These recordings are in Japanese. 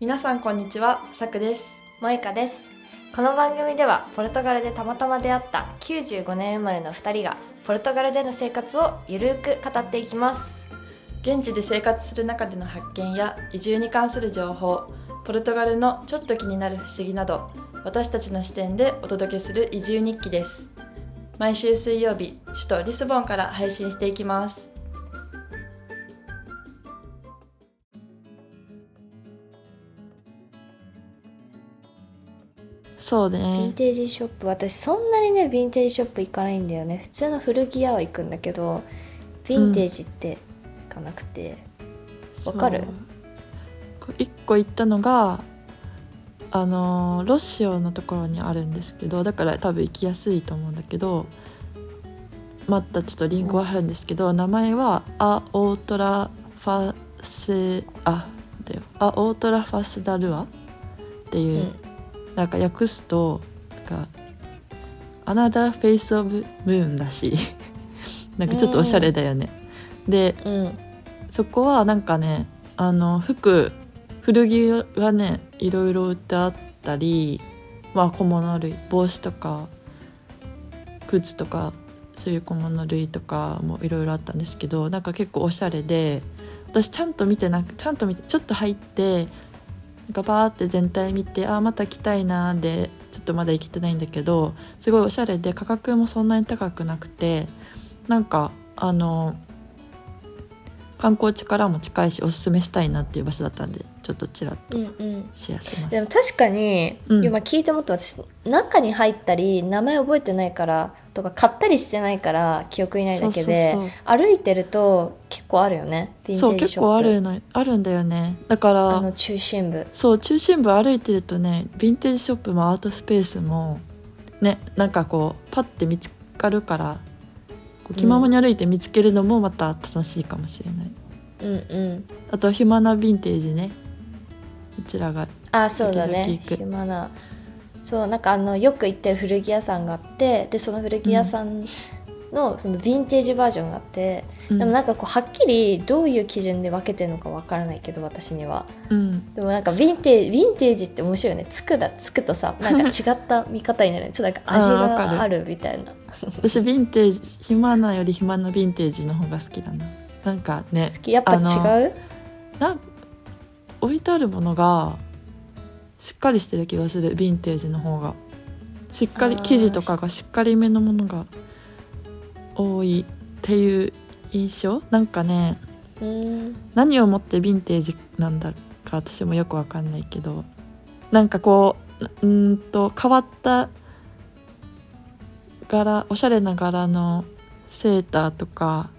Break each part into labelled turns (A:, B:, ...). A: 皆さんこんにちは、さくです。
B: 萌香ですこの番組ではポルトガルでたまたま出会った95年生まれの2人がポルトガルでの生活をゆるーく語っていきます
A: 現地で生活する中での発見や移住に関する情報、ポルトガルのちょっと気になる不思議など、私たちの視点でお届けする移住日記です。毎週水曜日、首都リスボンから配信していきます。そう
B: ヴィン
A: ね。
B: テージショップ私そんなにねヴィンテージショップ行かないんだよね普通の古着屋は行くんだけどヴィンテージって行かなくて、わかる
A: そう一個行ったのがあのーロシオのところにあるんですけどだから多分行きやすいと思うんだけどまたちょっとリンクは貼るんですけど、名前はア・オートラファセあだよア・オートラファスダルアっていう、なんか訳すとなんか「アナダフェイス・オブ・ムーン」らしい なんかちょっとおしゃれだよね、で
B: うんうん
A: そこはなんかねあの服古着がねいろいろ売ってあったり、まあ、小物類帽子とか靴とかそういう小物類とかもいろいろあったんですけどなんか結構おしゃれで私ちゃんと見てなくちゃんと見てちょっと入ってなんかバーって全体見てあーまた来たいなーでちょっとまだ行けてないんだけどすごいおしゃれで価格もそんなに高くなくてなんかあの観光地からも近いしおすすめしたいなっていう場所だったんでちょっとちらっ
B: う
A: と
B: んうん
A: シェアしま
B: ですも。確かに、
A: うん
B: 今聞いてもっと私中に入ったり名前覚えてないからとか買ったりしてないから記憶にないだけで
A: そうそう
B: 歩いてると結構あるよねヴィン
A: そう
B: テージ
A: 結
B: ショップ
A: 構あるのあるんだよねだか
B: あ
A: ら
B: の中心部
A: そう中心部歩いてるとねヴィンテージショップもアートスペースもねなんかこうパッて見つかるからこう気ままに歩いて見つけるのもまた楽しいかもしれない、
B: うんうん
A: あとヒマナヴィンテージねこちらが
B: あそうだ
A: 時々
B: ね
A: 行く
B: 暇なそうなんかあのよく行ってる古着屋さんがあってでその古着屋さんのそのヴィンテージバージョンがあって、
A: うん
B: でもなんかこうはっきりどういう基準で分けてるのかわからないけど私には
A: うん
B: でもなんかヴィンテージヴィンテージって面白いよねつくだつくとさなんか違った見方になるちょっとなんか味
A: あーわかる
B: があるみたいな
A: 私ヴィンテージヒマナよりヒマナヴィンテージの方が好きだななんかね
B: 好きやっぱ
A: あの
B: 違う
A: なん置いてあるものがしっかりしてる気がするヴィンテージの方がしっかり
B: あー
A: 生地とかがしっかりめのものが多いっていう印象なんかね
B: うん
A: 何をもってヴィンテージなんだか私もよくわかんないけどなんかこううーんと変わった柄おしゃれな柄のセーターとか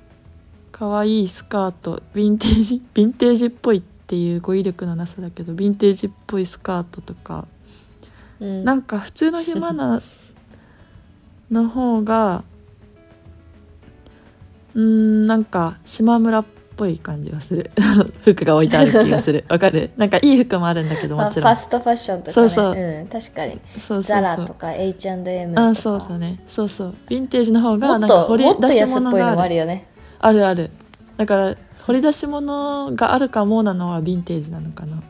A: 可愛いスカートヴィンテージヴィンテージっぽいっていう語彙力のなさだけどヴィンテージっぽいスカートとか
B: うん
A: なんか普通のヒマ ナの方がうーんなんか島村っぽい感じがする 服が置いてある気がす るわかるなんかいい服もあるんだけど
B: ま
A: も
B: あ
A: ち
B: フ
A: ろん
B: ァ
A: そう
B: ストファッションとかね
A: そうそう
B: うん、確かに
A: そうそ
B: ザラ
A: う
B: とか H&M とか
A: あそうだねそうそうヴィンテージの方が
B: も
A: な
B: っ
A: んか
B: と
A: 掘り
B: もっと
A: 出し
B: 安っ
A: 物
B: ぽいの
A: が
B: も
A: あ
B: あ
A: る
B: るよね
A: あるあるだから掘り出し物があるかもなのはヴィンテージなのかな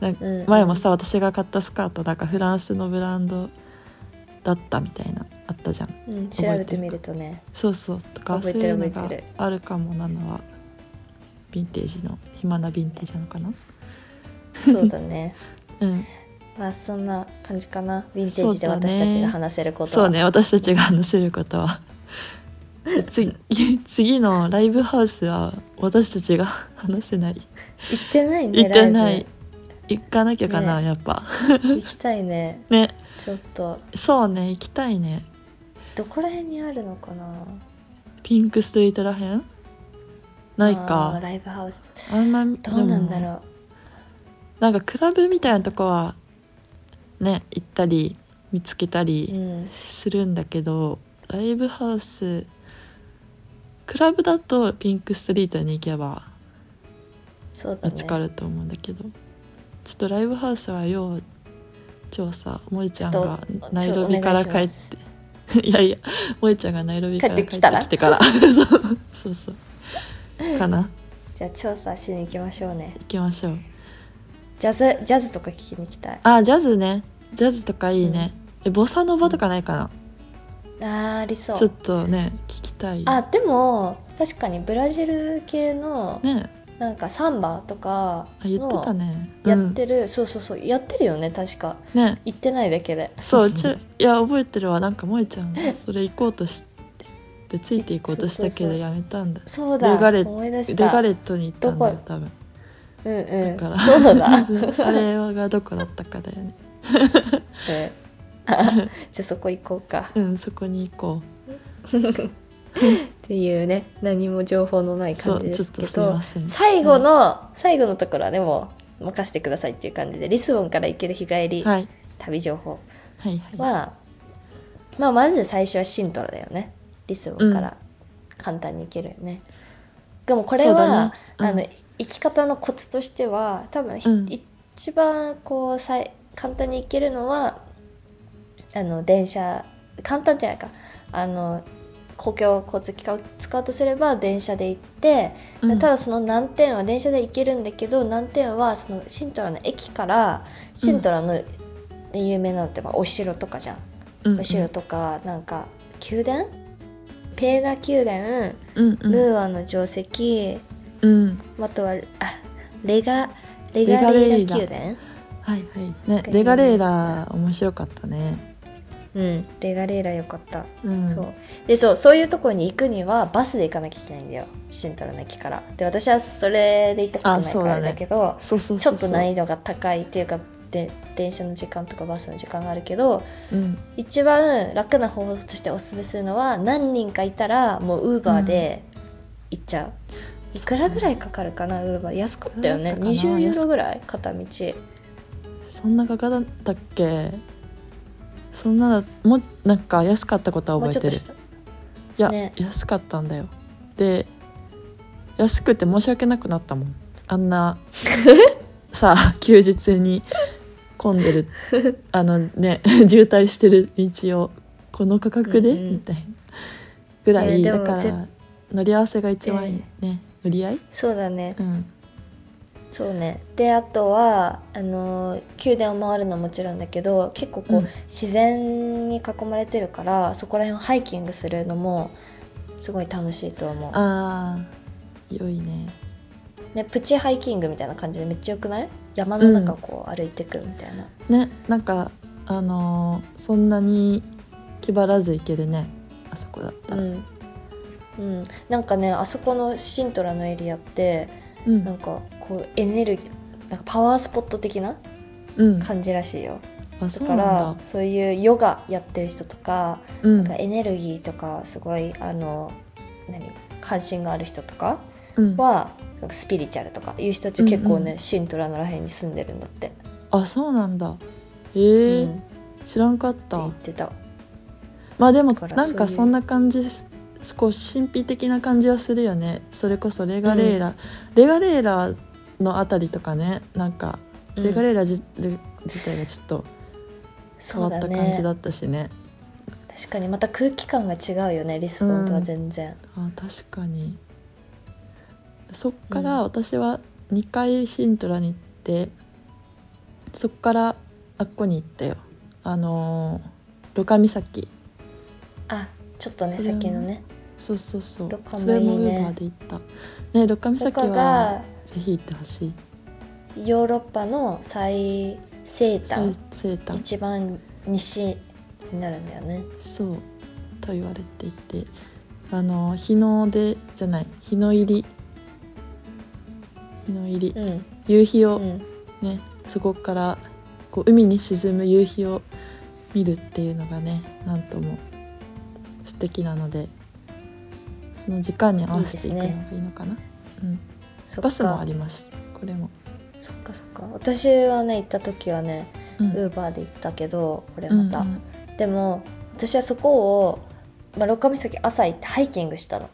A: なんか
B: うん
A: 前もさ私が買ったスカートなんかフランスのブランドだったみたいなあったじゃん
B: うん、
A: 覚えて
B: 調
A: る
B: べてみるとね
A: そうそうとか
B: 覚
A: そ
B: え
A: う
B: て
A: い
B: る
A: うのが
B: 覚えてる
A: あるかもなのはヴィンテージの暇なヴィンテージなのかな
B: そうだね
A: うん
B: まあそんな感じかなヴィンテージで
A: そうだね
B: 私たちが話せること
A: そ
B: は
A: うね私たちが話せること は次次のライブハウスは私たちが話せない
B: 行ってないね
A: 行ってない
B: ラ
A: 行かなきゃかな、
B: ね
A: やっぱ
B: イブ行きたいね
A: ね
B: ちょっと
A: そうね行きたいね
B: どこら辺にあるのかな
A: ピンクストリートらへんない
B: あー
A: か
B: ライブハウス
A: あんま
B: どうなんだ
A: う
B: ろう
A: なんかクラブみたいなとこはね行ったり見つけたり、
B: うん
A: するんだけどライブハウスクラブだとピンクストリートに行けば
B: そうだ
A: 見つか
B: ね
A: ると思うんだけど、ちょっとライブハウスは要調査萌ちゃんが
B: ちょっと
A: ナイロビから帰っ
B: ち
A: て いやいや萌ちゃんがナイロビから帰
B: 帰
A: っ
B: ってて
A: き
B: き
A: て
B: た
A: から
B: ら
A: そうそうそうかな
B: じゃあ調査しに行きましょうね
A: 行きましょう
B: ジャズジャズとか聞きに行きたい
A: あジャズねジャズとかいいね、えボサノバとかないかな、
B: あーありそ
A: ちょっ
B: う
A: とね聞きたい
B: あでも確かにブラジル系の
A: ね
B: なんかサンバとか
A: あ言ってた
B: の
A: ね
B: やってる、そうそうそうやってるよね確か
A: うん、ね
B: 行ってないだけで
A: そうちょいや覚えてるわなんか萌えちゃんがそれ行こうとしてついて行こうとしたけ
B: そうそうそ
A: ど
B: う
A: やめたんだ
B: そうだ
A: ルガレ
B: 思い出し
A: レ
B: た
A: ガレットに行ったんだよ
B: どこ
A: 多分
B: うんうん
A: だから
B: そうだ、
A: あれがどこだったかだよね
B: うんあじゃあそこ行こうか
A: うんそこに行こ
B: っていうね何も情報のないう
A: そ
B: 感じ
A: う
B: で
A: ちょっ
B: す
A: と
B: け
A: すい
B: ど
A: ません
B: 最後の、最後のところはでもう任せてくださいっていう感じでリスボンから行ける日帰り、
A: はい
B: 旅情報
A: はいはい、
B: は、まあ、まず最初はシントラだよねリスボンから簡単に行けるよね、でもこれ
A: そうだ
B: は、
A: ねうん
B: あの生き方のコツとしては多分、ひ
A: うん
B: 一番こうさい簡単に行けるのはあの電車簡単じゃないかあの公共交通機関を使うとすれば電車で行って、
A: うん
B: ただその難点は電車で行けるんだけど難点はそのシントラの駅からシントラの有名なのってまあお城とかじゃん、
A: うんうん
B: お城とかなんか宮殿ペーダ宮殿、
A: うんうん
B: ムーアの定石
A: うん
B: あとはあレガレ
A: レ
B: ガ
A: ガレ
B: レ
A: イ
B: イ
A: ダ
B: ラ宮殿
A: はいはいねレガレーラ面白かったね
B: うんレガレイラよかった、
A: うん
B: そうでそうそういうところに行くにはバスで行かなきゃいけないんだよシントラの駅からで私はそれで行ったこと
A: あ
B: ない
A: そ
B: か
A: う
B: ら
A: だ
B: あ
A: ね
B: れだけど
A: そうそう
B: ち
A: そ
B: ょ
A: う
B: っと難易度が高いっていうかで電車の時間とかバスの時間があるけど
A: うん
B: 一番楽な方法としておすすめするのは何人かいたらもうウーバーで行っちゃう、いくらぐらいかかるかなウーバー安かったよね
A: いくらだったかな
B: 20ユーロぐらい片道
A: そんなかかったっけそんなのもなんか安かったことは
B: もう
A: 覚
B: ち
A: え
B: ょっと
A: てる
B: し
A: い
B: た
A: や、
B: ね
A: 安かったんだよで安くて申し訳なくなったもんあん なさあ休日に混んで るあのね渋滞してる道をこの価格で、
B: うんうん
A: みたいなぐらい、
B: ねでも
A: だか
B: ぜ
A: ら乗り合わせが一番いいね、乗り合い、
B: そうだね
A: うん、
B: そうねであとはあのー宮殿を回るのはもちろんだけど結構こう、
A: うん
B: 自然に囲まれてるからそこら辺をハイキングするのもすごい楽しいと思う、
A: ああ良いね
B: ね、プチハイキングみたいな感じでめっちゃよくない山の中をこう歩いてくみたいな、
A: ねなんかあのーそんなに気張らず行けるねあそこだったら、
B: うん、うん、なんかねあそこのシントラのエリアって
A: うん
B: なんかこうエネルギーなんかパワースポット的な
A: うん、
B: 感じらしいよ、
A: あそう
B: だか
A: なんだ
B: らそういうヨガやってる人とか,、
A: うん
B: なんかエネルギーとかすごいあの何関心がある人とか
A: うん、
B: は、なんかスピリチュアルとかいう人たち結構ね、
A: うんう
B: シントラのらへんに住んでるんだって、
A: あそうなんだえー
B: うんって
A: 知らんかった
B: 言ってた
A: まあでも
B: だから
A: なんか
B: そういう
A: そんな感じです少し神秘的な感じはするよねそれこそレガレーラ、レガレーラのあたりとかねなんかレガ
B: うん
A: レーラ自,、自体がちょっと変
B: そ
A: わ
B: う
A: っ
B: だ
A: た感じだ
B: ね
A: ったしね
B: 確かにまた空気感が違うよねリスボンとは全然、
A: あ確かにそっから私は2回シントラに行ってそっからあっこに行ったよあのー、ロカ岬
B: あちょっとね
A: それは
B: 先のね
A: そうそうそう。
B: ロカ
A: そ
B: も
A: れ
B: い
A: も
B: い
A: ウ
B: ね
A: ーバーで行った。ね、ロカ
B: と
A: 岬
B: か
A: は
B: が
A: ぜひ行ってほしい。
B: ヨーロッパの最西端
A: セータン、
B: 一番西になるんだよね
A: そうと言われていて、あの日の出じゃない日の入り、日の入り、
B: うん
A: 夕日
B: う
A: を
B: ん
A: ね、そこからこう海に沈む夕日を見るっていうのがね、なんとも素敵なので、その時間に合わせていくのがいいのかな。うん、
B: そっ
A: バスもあ
B: か
A: ります。これも。
B: そっかそっか私はね行った時はね
A: うん
B: ウーバーで行ったけどこれまた、
A: うんうん
B: でも私はそこを、まあ、六ヶ岬朝行ってハイキングしたの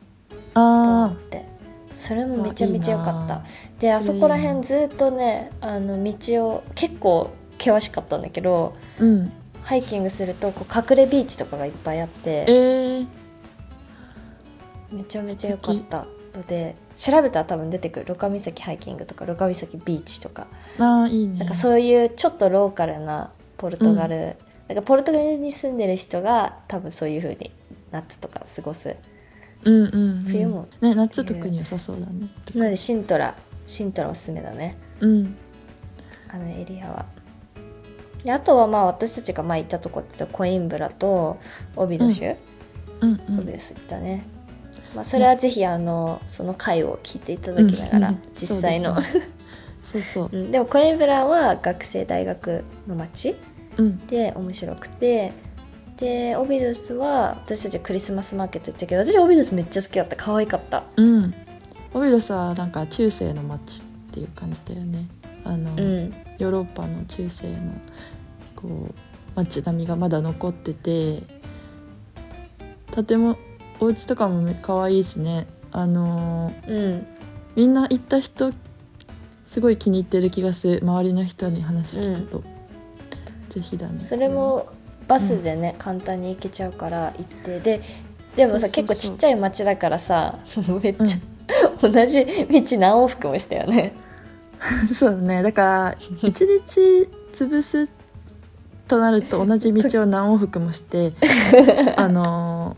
A: ああ
B: ってそれもめちゃめちゃ良かった
A: あいいな
B: であそこら
A: それいい
B: 辺
A: な
B: ずっとねあの道を結構険しかったんだけど
A: うん
B: ハイキングするとこう隠れビーチとかがいっぱいあって
A: えー、
B: めちゃめちゃ良かったプで調べたら多分出てくる「ロカ岬ハイキング」とか「ロカ岬ビーチ」とか
A: ああいいね
B: なんかそういうちょっとローカルなポルトガル、なんかポルトガルに住んでる人が多分そういう風に夏とか過ごす
A: うんうんうん
B: 冬も
A: ね夏特に良さそうだね
B: なのでシントラシントラおすすめだね
A: うん
B: あのエリアはであとはまあ私たちがまあ行ったとこって言ったらコインブラとオビド州、
A: うんう
B: オビ
A: ん
B: ド州行ったね、まあ、それはぜひあのその回を聞いていただきながら、
A: うんうん
B: 実際
A: そ
B: の
A: うですねそうそう
B: うんでもコインブラは学生大学の街
A: うん
B: で面白くてでオビドゥスは私たちクリスマスマーケット行ったけど私オビドゥスめっちゃ好きだった可愛かった
A: うんオビドスはなんか中世の街っていう感じだよねあの、
B: うん
A: ヨーロッパの中世のこう街並みがまだ残ってて建物お家とかもめ可愛いしねあのー
B: うん
A: みんな行った人すごい気に入ってる気がする周りの人に話聞くと、ぜひだね
B: それもバスでね、簡単に行けちゃうから行ってでで
A: そう
B: もさ
A: そうそう
B: 結構ちっちゃい街だから さめっ
A: うん
B: ちゃ、同じ道何往復もしたよね
A: そうだねだから一日潰すとなると同じ道を何往復もして あの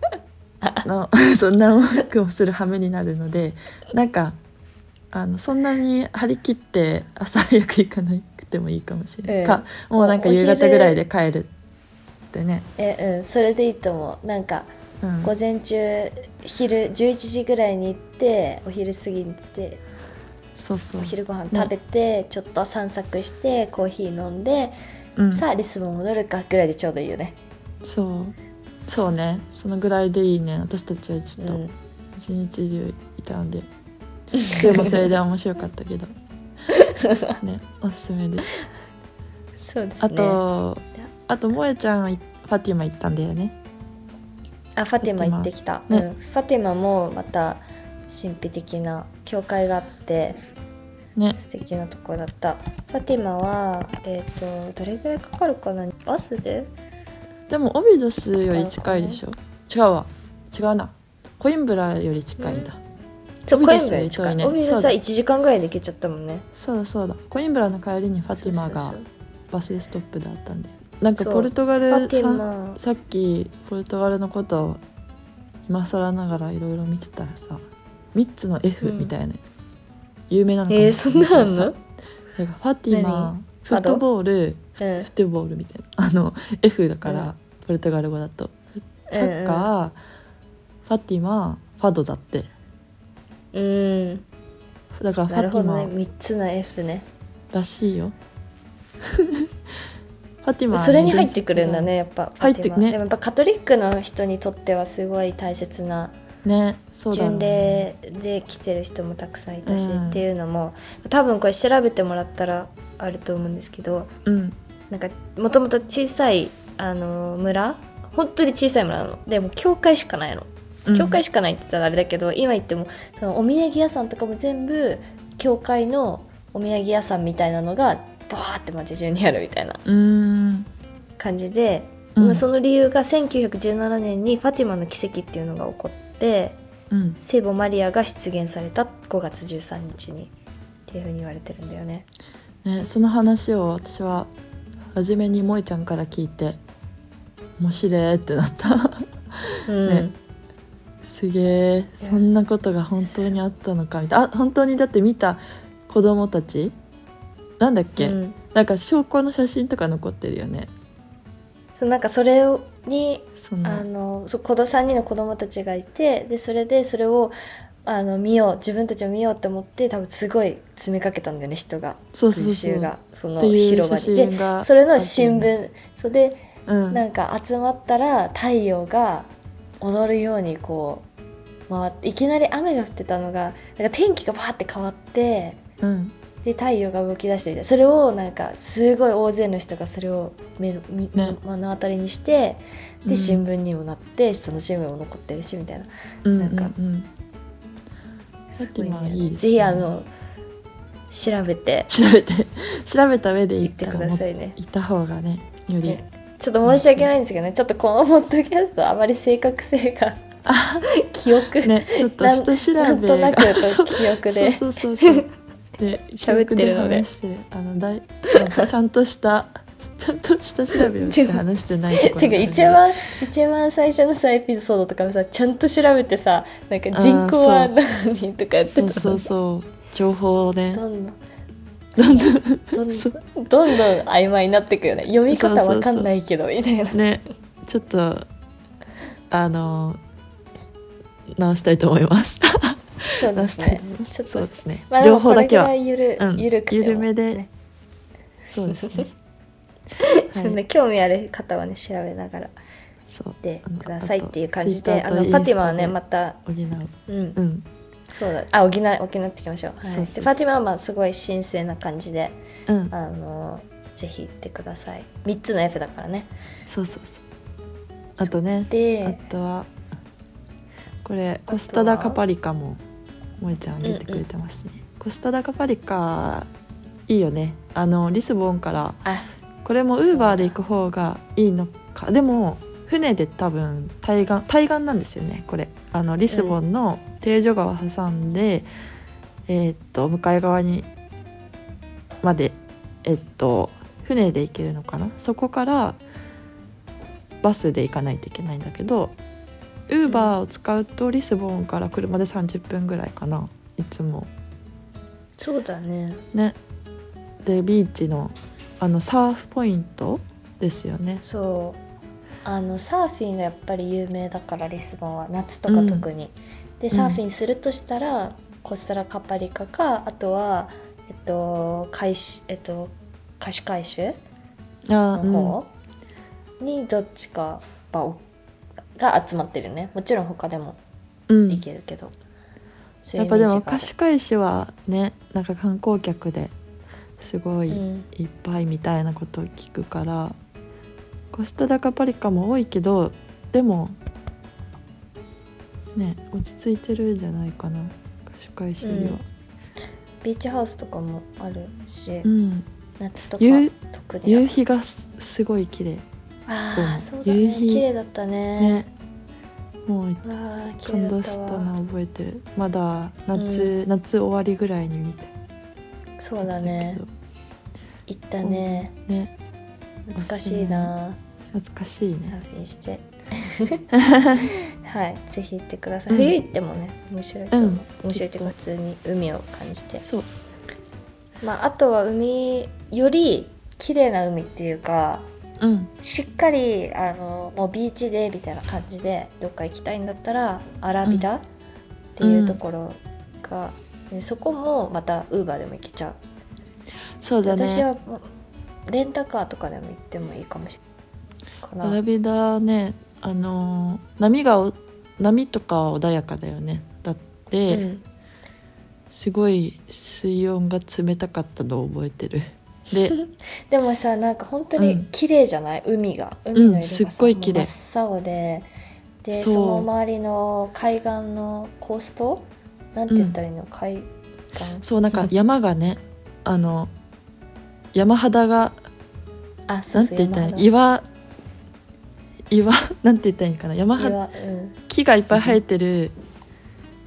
A: ーの そう何往復もする羽目になるのでなんかあのそんなに張り切って朝早く行かなくてもいいかもしれない、
B: ええ
A: かもうなんか
B: おお
A: 夕
B: 昼
A: 方ぐらいで帰るってね、
B: えうんそれでいいと思うなんか
A: うん、
B: 午前中昼11時ぐらいに行ってお昼過ぎに行って
A: そうそう
B: お、昼ご飯食べて、ちょっと散策してコーヒー飲んで、
A: うん、
B: さあリスボン戻るかぐらいでちょうどいいよね、
A: そうそうねそのぐらいでいいね私たちはちょっ
B: う
A: と
B: ん
A: 一日中いたのででもそれで面白かった けどねおすすめです
B: そうですね
A: あとあと萌えちゃんはいファティマ行ったんだよね
B: あファティマ行ってきた、
A: ファティマ
B: うん、ファティマもまた神秘的な教会があって
A: ね
B: 素敵なところだったファティマはえっ、とどれぐらいかかるかなバスで
A: でもオビドスより近いでしょ違うわ違うなコインブラより近いんだ、
B: ちょ
A: オビ
B: コイ
A: ド
B: ン
A: ス
B: ブ
A: よ
B: ラ
A: り
B: に近
A: 遠い
B: い
A: ね
B: オビドスは1時間ぐらいで行けちゃったもんね
A: そうだそうだコインブラの帰りにファティマ
B: そう
A: が
B: そう
A: バスストップだったんだよなんか
B: そう
A: ポルトガル
B: そうファティ
A: さん
B: マ
A: さっきポルトガルのことを今更ながらいろいろ見てたらさ3つの F
B: うん
A: みたいな、有名なのかな
B: えー、そんなあん
A: な
B: の
A: んかファティマフ
B: 何
A: ットボール
B: うん
A: フットボールみたいなあの F だから、
B: うん
A: ポルトガル語だとサッカー、ファティマファドだって
B: うん、うん
A: だからフ
B: なる
A: ァティ
B: ほどね
A: マ
B: 3つの F ね
A: らし いよファティマ
B: それに入ってくるんだねやっぱ
A: 入って
B: ファティマ
A: ね
B: でもやっぱカトリックの人にとってはすごい大切な
A: ねそうだよ
B: 巡
A: ね
B: 礼で来てる人もたくさんいたし、
A: うん
B: っていうのも多分これ調べてもらったらあると思うんですけど
A: うん
B: なんかもともと小さいあの村本当に小さい村なのでもう教会しかないの
A: うん
B: 教会しかないって言ったらあれだけど、今言ってもそのお土産屋さんとかも全部教会のお土産屋さんみたいなのがバーって街中にあるみたいな
A: うーん
B: 感じで、
A: うん
B: まあその理由が1917年に「ファティマの奇跡」っていうのが起こって
A: うん
B: 聖母マリアが出現された5月13日にっていうふうに言われてるんだよね。
A: ね、その話を私は初めに萌えちゃんから聞いて面白いってなった
B: うん
A: ねすげえそんなことが本当にあったのかみたいなあ本当にだって見た子供たちなんだっけ、
B: うん
A: なんか証拠の写真とか残ってるよね
B: そうなんかそれをに
A: そ
B: あ
A: の
B: のそう子供3人の子供たちがいてでそれでそれをあの見よう自分たちを見ようって思って多分すごい詰めかけたんだよね人が
A: そうそう
B: 群
A: そう
B: 衆がそ
A: っ
B: の
A: ていう
B: 広場
A: 写
B: に。
A: 真
B: で
A: が
B: それの新
A: あっ
B: 聞そうで
A: たよね
B: なんか集まったら太陽が踊るようにこう回っていきなり雨が降ってたのがなんか天気がバーって変わって
A: うんうん
B: で太陽が動き出してみたいなそれをなんかすごい大勢の人がそれを目のみ
A: ね
B: 目の当たりにして
A: う
B: で
A: ん
B: 新聞にもなって、その新聞も残ってるしみたいな
A: うん
B: なんか
A: うんうん
B: すごい
A: まあ
B: ね
A: いいですね
B: ぜひあの調べて
A: 調べて調べた上で
B: 行
A: 行
B: っ
A: ってた
B: く
A: ら
B: だ
A: もっ
B: さいね。
A: いた方がねより
B: ねちょっと申し訳ないんですけどねちょっとこのポッドキャストあまり正確性が記憶、
A: ねちょっと下調べ
B: なんとなく
A: が
B: こう記憶で
A: そうそうそうそう で
B: 喋ってるの
A: 記憶
B: で
A: 話してるあのだい なんかちゃんとしたちゃんとした調べをして話してないところ
B: てか一番一番最初のさエピソードとかもさちゃんと調べてさなんか人口は
A: あ
B: 何とかやっ
A: そ
B: てたの
A: うそうそう情報をね
B: どんどんどんどんどんどん曖昧になってくよね読み方わかんないけどみたいな
A: ねちょっとあの直したいと思います
B: そうで
A: 直
B: す
A: したい
B: ね
A: と思います
B: ちょっ
A: そ
B: と
A: うですね、
B: まあで
A: 情
B: も
A: 報
B: こ
A: だ
B: れぐ
A: け
B: ら
A: はい
B: ゆる、
A: うん
B: ゆるくても
A: 緩めで
B: ね
A: そうです ね
B: そ
A: は、
B: んない興味ある方はね調べながら
A: そう
B: で
A: あの
B: くださいっていう感じ
A: あ
B: で
A: と Twitter
B: あ
A: と
B: の
A: インス
B: フ
A: タ
B: ァ
A: で
B: ティマはねまた
A: 補う
B: うん
A: うん
B: そうだあ補い補っていきましょう,、はい、
A: そうそうそう
B: でファティマはまあすごい神聖な感じで
A: うん
B: あのぜひ行ってください3つの F だからね
A: そうそうそうあとねあ
B: で
A: とはこれコスタダ・カパリカも萌えちゃんあげてくれてますね、コスタダ・カパリカいいよねあのリスボンから
B: あ
A: これもウ
B: そうだ
A: ーバーで行く方がいいのかでも船で多分対岸対岸なんですよねこれあのリスボンの定女川挟んで、えーっと向かい側にまでえっと船で行けるのかなそこからバスで行かないといけないんだけどウーバーを使うとリスボンから車で30分ぐらいかないつも
B: そうだね
A: ねでビーチのあのサーフポイントですよね
B: そうあのサーフィンがやっぱり有名だからリスボンは夏とか特に、でサーフィンするとしたら、コスタラカパリカかあとはえっと回収えっと歌手回収
A: あー、
B: の方、にどっちかがおが集まってるねもちろん他でも
A: うんうん
B: 行けるけど、そ
A: や
B: うい
A: っ
B: うイ
A: ぱで
B: メージがあ
A: も
B: る
A: 貸し返しはねなんか観光客ですごい
B: うん
A: いっぱいみたいなことを聞くから、コスタダカパリカも多いけどでもね落ち着いてるんじゃないかな貸し返しよりは、
B: ビーチハウスとかもあるし、
A: うん、
B: 夏とか
A: 夕
B: 特に
A: 夕日がすすごい綺麗
B: あ
A: う
B: あ
A: ん
B: そうだ
A: 夕
B: ね
A: 日
B: 綺麗だったね
A: ねもう
B: わあ綺麗
A: 感
B: だ
A: 動
B: っ
A: したた
B: わ
A: の覚えてるまだ夏、夏終わりぐらいに見たや
B: そう
A: つ
B: だね行ったね
A: けどね
B: 懐かしいな
A: 懐かしい
B: サ
A: ね
B: ーフィンして はいぜひ行ってくださ
A: うん
B: い冬行ってもね面白いと思う、
A: うん
B: 面白いっていうか普通に海を感じて
A: そう
B: まああとは海より綺麗な海っていうか
A: うん
B: しっかりあのもうビーチでみたいな感じでどっか行きたいんだったらアラビダっていうところが、ねそこもまたウーバーでも行けちゃう、
A: そうだね
B: 私はもうレンタカーとかでも行ってもいいかもしれない
A: ア
B: か
A: ラ
B: な
A: ビダねあのー波がお波とかは穏やかだよねだって、
B: うん
A: すごい水温が冷たかったのを覚え てるで
B: でもさなんか本当
A: う
B: に
A: ん
B: 綺麗じゃない、海が海の色がさ、
A: うんすっごい綺麗
B: もう真っ青でで
A: そう
B: その周りの海岸のコーストなんて言ったらいいの、海岸
A: そうなんか山がねあの山肌が
B: あそ
A: な
B: うんそ
A: て
B: う
A: 言ったらい
B: 山
A: い
B: 肌
A: 岩岩 なんて言ったらいいのかな山肌
B: 岩うん
A: 木がいっぱい生えてる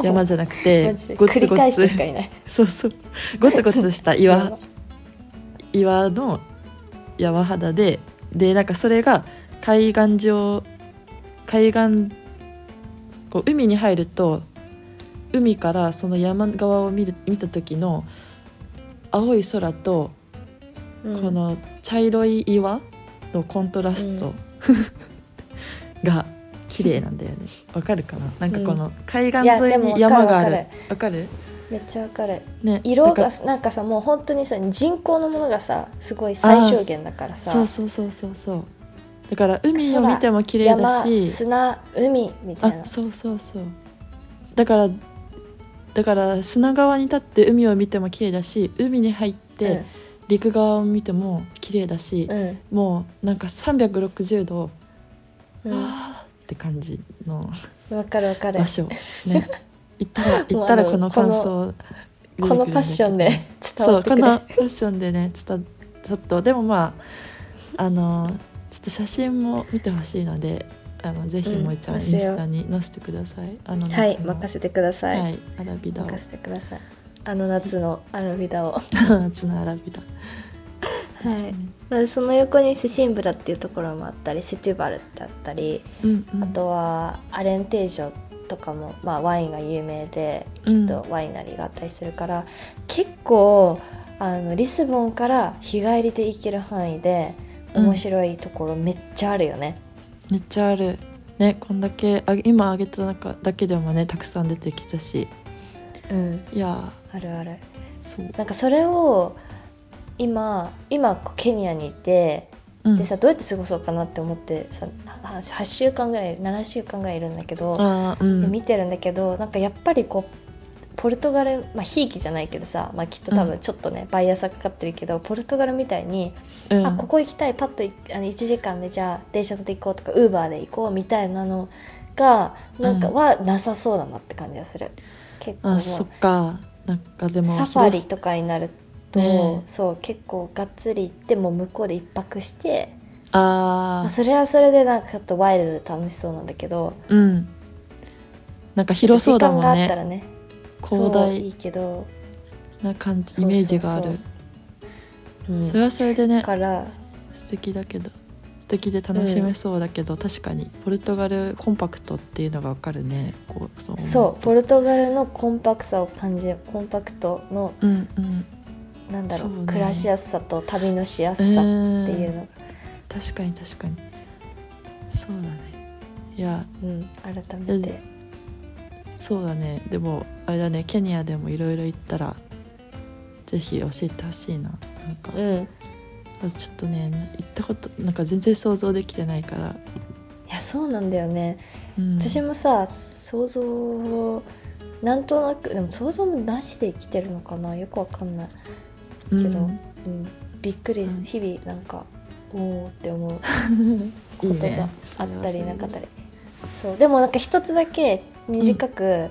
A: 山じゃなくて
B: マジで
A: ゴツ
B: 繰り
A: ゴ
B: 返して
A: ツ
B: しかいない
A: そうそうゴツゴツした 岩岩の山肌ででなんかそれが海岸上海岸こう海に入ると海からその山側を見る見た時の青い空と
B: うん
A: この茶色い岩のコントラスト、 が綺麗なんだよねわかるかななんかこの海岸
B: いや
A: 沿い
B: でも
A: に
B: わかる
A: 山があ
B: わか
A: る
B: る
A: わかる
B: めっちゃわかる
A: ね
B: 色
A: だ
B: が
A: か
B: なんかさもう本当にさ人工のものがさすごい最小限だから
A: らそ
B: さ
A: うそうそうそうそうだから海を見ても綺麗だ
B: 山
A: し
B: 砂海みたいな
A: あそうそうそうだからだから砂川に立って海を見ても綺麗だし海に入って、陸側を見ても綺麗だし
B: う、ん
A: もうなんか360度、
B: うん
A: わあって感じの
B: うんわかるわかる
A: 場所ね行った ら行ったらこの感想
B: このパッションで伝
A: そ
B: わ
A: う
B: って
A: こ
B: くる
A: のパ ッションでねちょっとちょっとでもまああのちょっと写真も見てほしいのであのぜひ
B: うん
A: 萌ちゃん、イン
B: 載せよう
A: スタに載せてくださいあの
B: はい
A: 夏の
B: 任せてください、
A: はいアラビダを
B: 任せてくださいあの夏のアラビダをは
A: 夏のアラビダ
B: いまずその横にセシンブラっていうところもあったりセチュバルってあったり
A: うんうん
B: あとはアレンテージョとかも、まあ、ワインが有名できっとワイナリーがあったりするから、結構あのリスボンから日帰りで行ける範囲で
A: うん
B: 面白いところめっちゃあるよね。
A: めっちゃあるねこんだけあ今あげた中だけでもねたくさん出てきたし
B: うん、
A: いや
B: あるある
A: ーそう、
B: なんかそれを今今こうケニアにいて
A: うん、
B: でさどうやって過ごそうかなって思ってさ8週間ぐらい7週間ぐらいいるんだけど、
A: あーうん
B: で見てるんだけどなんかやっぱりこうポルトガルまあひいきじゃないけどさ、まあ、きっと多分ちょっとね、バイアスがかかってるけどポルトガルみたいに、
A: うん
B: あここ行きたいパッといあの1時間でじゃあ電車乗って行こうとかウーバーで行こうみたいなのがなんか
A: うん
B: はなさそうだなって感じがする。結構も
A: あ
B: う
A: そっかなんかでも
B: サファリとかになると、
A: ね
B: そう結構がっつり行ってもう向こうで一泊して、
A: あ
B: まあ、
A: ー
B: それはそれでなんかちょっとワイルドで楽しそうなんだけど、
A: うんなんか広そうだもん
B: 時間があっ
A: ね
B: たらね
A: 広
B: そうい
A: 大
B: いけど、
A: な感じイ
B: そう
A: メ
B: そう
A: ー
B: そう
A: ジがある
B: うん
A: それはそれでね
B: だから
A: 素敵だけど素敵で楽しめそうだけど、確かにポルトガルコンパクトっていうのがわかるねこうそう思う
B: そうポルトガルのコンパクトさを感じコンパクトの
A: うんうん
B: なんだろう
A: そうね
B: 暮らしやすさと旅のしやすさっていうのが、
A: 確かに確かにそうだねいや
B: うん、改めて、
A: そうだねでもあれだねケニアでもいろいろ行ったらぜひ教えてほしいななんか、
B: うん、い
A: まずちょっとね行ったことなんか全然想像できてないから、
B: やそうなんだよね、
A: うん、
B: 私もさ想像をなんとなくでも想像もなしで生きてるのかなよくわかんない、
A: うん
B: けどうん、びっくり
A: うん
B: 日々なんかおおっ て思う
A: い
B: こ
A: い
B: と
A: ね
B: があ
A: それ
B: っ
A: はそ
B: た
A: れ
B: り
A: で
B: なかったりそうでもなんか一つだけ短く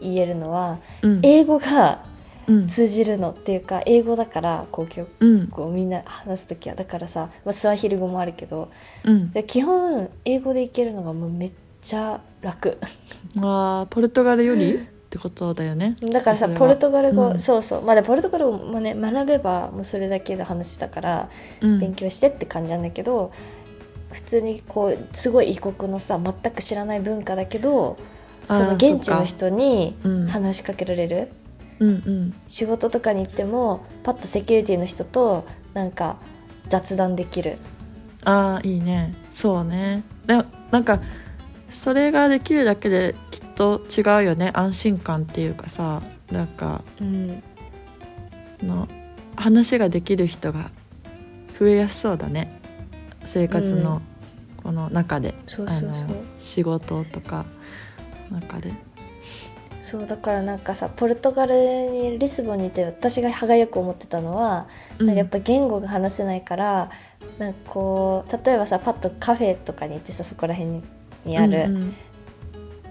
B: 言えるのは、
A: うん
B: 英語が
A: うん
B: 通じるのっていうか英語だからこう今日
A: うん
B: こうみんな話す時はだからさ、まあ、スワヒル語もあるけど
A: うん
B: で基本英語でいけるのがもうめっちゃ楽
A: あーポルトガルよりってことだよね
B: だから
A: そ
B: さ
A: れは
B: ポルトガル語、
A: うん
B: そうそうまあでポルトガル語もね学べばもうそれだけの話だから
A: うん
B: 勉強してって感じなんだけど、普通にこうすごい異国のさ全く知らない文化だけど
A: あー
B: その現地
A: そっ
B: の
A: か
B: 人に
A: うん
B: 話しかけられる、
A: うんうん
B: 仕事とかに行ってもパッとセキュリティの人となんか雑談できる
A: ああいいねそうねでなんかそれができるだけできっと違うよね安心感っていうかさなんか
B: うん、
A: その話ができる人が増えやすそうだね生活のこの中で、
B: そう
A: あ
B: そうそう
A: の仕事とか中で
B: そうだからなんかさポルトガルにリスボンにいて私が歯がよく思ってたのは、なんかやっぱ言語が話せないからなんかこう例えばさパッとカフェとかに行ってさそこら辺にある、
A: うん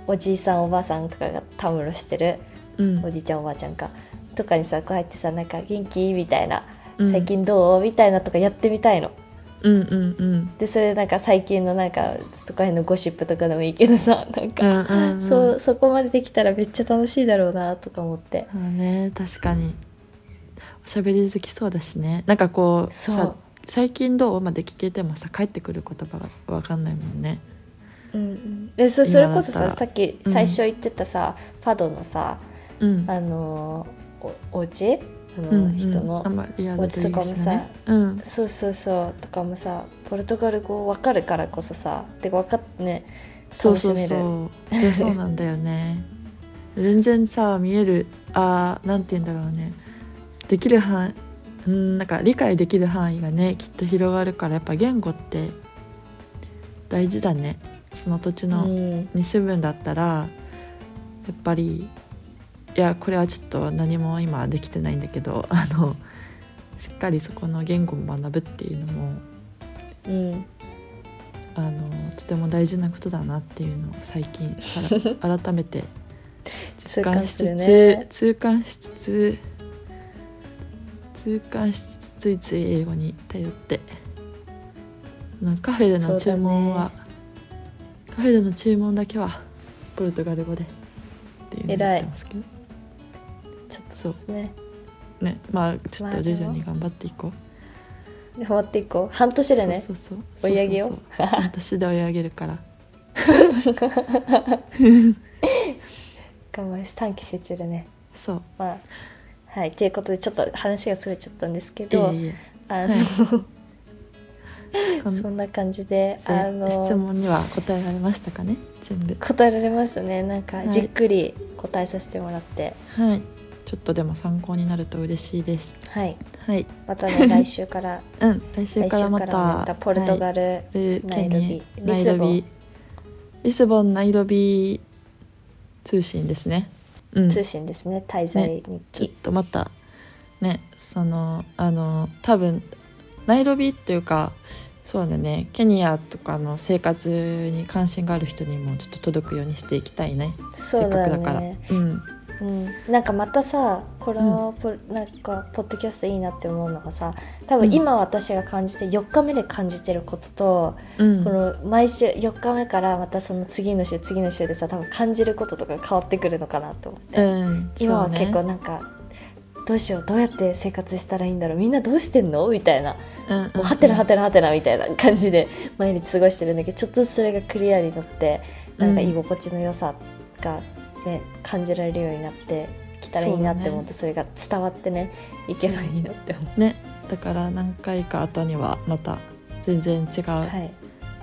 B: おじいさんおばあさんとかがたむろしてる
A: うん
B: おじいちゃんおばあちゃんかとかにさこうやってさなんか元気みたいな
A: うん
B: 最近どうみたいなとかやってみたいの。
A: うんうんうん
B: でそれなんか最近のなんかそこら辺のゴシップとかでもいいけどさ なん
A: う
B: か、
A: んうんうん
B: そうそこまでできたらめっちゃ楽しいだろうなとか思って
A: そうね確かにおしゃべり好きそうだしねなんかこう
B: そう
A: さ最近どうまで聞けてもさ帰ってくる言葉が分かんないもんね
B: うんうん、でそそれこそ
A: 今だ
B: さ
A: ったら
B: さっき
A: うん
B: 最初言ってたさ、ファドのさ
A: うん
B: あのーおお家あの、
A: うんうん
B: 人の
A: あんまりリアル
B: お家とかもさ
A: といいですよねうん
B: そうそうそうとかもさポルトガル語わかるからこそさてか分かってね
A: そ
B: 楽
A: う
B: し
A: そう
B: める
A: そういやそうなんだよね全然さ見えるあーなんて言うんだろうねできる範囲うんなんか理解できる範囲がねきっと広がるからやっぱ言語って大事だねその土地の、
B: うん
A: に住むんだったらやっぱりいやこれはちょっと何も今できてないんだけどあのしっかりそこの言語を学ぶっていうのも
B: うん
A: あのとても大事なことだなっていうのを最近から改めて
B: 痛感し
A: しつ
B: て
A: つ、
B: るね
A: 痛感しつつ痛感しつつついつい英語に頼ってまあカフェでの注文は、ファイルの注文だけはポルトガル語でっていうのをやってますけど
B: ちょっ
A: そ
B: と
A: う
B: ですね
A: ねまあちょっ
B: まあ
A: と
B: で
A: 徐
B: も
A: 々に頑張っていこう
B: で終わっていこう半年でね
A: そうそうそう
B: 追い上げよう
A: そうそうそう半年で追い上げるから
B: 我慢し短期集中でね
A: そう
B: まあはいということでちょっと話がそれちゃったんですけ
A: い
B: ど、
A: えいえ
B: あの、
A: こん
B: そんな感じで
A: せ
B: あ
A: 質
B: の
A: 問には答えられましたかね全部
B: 答えられましたねなんか
A: はい
B: じっくり答えさせてもらって
A: はいちょっとでも参考になると嬉しいです
B: はい
A: はい
B: またね来週 から
A: うん来週
B: 来
A: から
B: 週
A: ま
B: か
A: た
B: らまたポルト
A: は
B: ガル、
A: い
B: ナイロビ
A: ケニア
B: リスボン
A: ナイロビリスボンナイロビ通信ですねうん
B: 通信ですね滞在日
A: ちょっ
B: 記、
A: とまたねそのあの多分ナイロビっていうかそうだねケニアとかの生活に関心がある人にもちょっと届くようにしていきたいね
B: そ
A: せ
B: う
A: っか
B: だ
A: くだから
B: ね
A: うん
B: うん、なんかまたさこのポ,、なんかポッドキャストいいなって思うのがさ多分今私が感じて4日目で感じてることと、
A: うん
B: この毎週4日目からまたその次の週次の週でさ多分感じることとか変わってくるのかなと思って、
A: うん
B: 今は
A: そうね
B: 結構なんか、どうしようどうやって生活したらいいんだろうみんなどうしてんのみたいな
A: うんうん
B: もうはてなはてなはてなみたいな感じで毎日過ごしてるんだけどちょっとずつそれがクリアになってなんか
A: うん
B: 居心地の良さが、ね感じられるようになってきたらいいなって思ってそ,、れが伝わってねいけばいいなって思う。
A: ねだから何回か後にはまた全然違う、
B: はい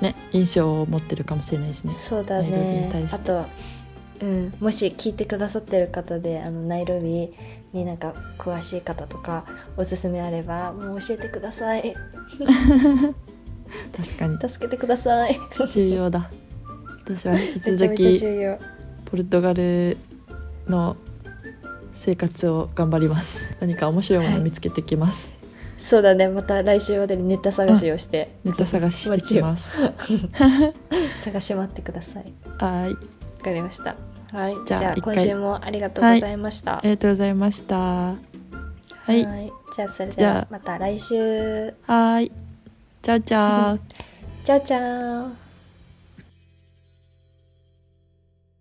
A: ね印象を持ってるかもしれないしね
B: そうだ
A: ナイロビに
B: ね
A: 対し。て
B: あと、うん、もし聞いてくださってる方であのナイロビになんか詳しい方とかおすすめあればもう教えてください
A: 確かに
B: 助けてくだ さい
A: 重要だ私は引き
B: めちゃ
A: 続
B: めちゃ
A: き
B: 重要
A: ポルトガルの生活を頑張ります何か面白いものを見つけてきます、
B: そうだねまた来週までにネタ探しをして、
A: ネタ探ししてきますは
B: 探し回ってください
A: ーい
B: わかりましたはい
A: じ
B: じ
A: ゃ
B: ゃ
A: あ
B: あ
A: 一回
B: 今週もありがとうございました
A: ありがとうございましたは
B: はいじゃあそれ
A: じ
B: で
A: ゃ
B: は
A: あ
B: また来週
A: はーいチャオチャオ
B: じゃあじゃあ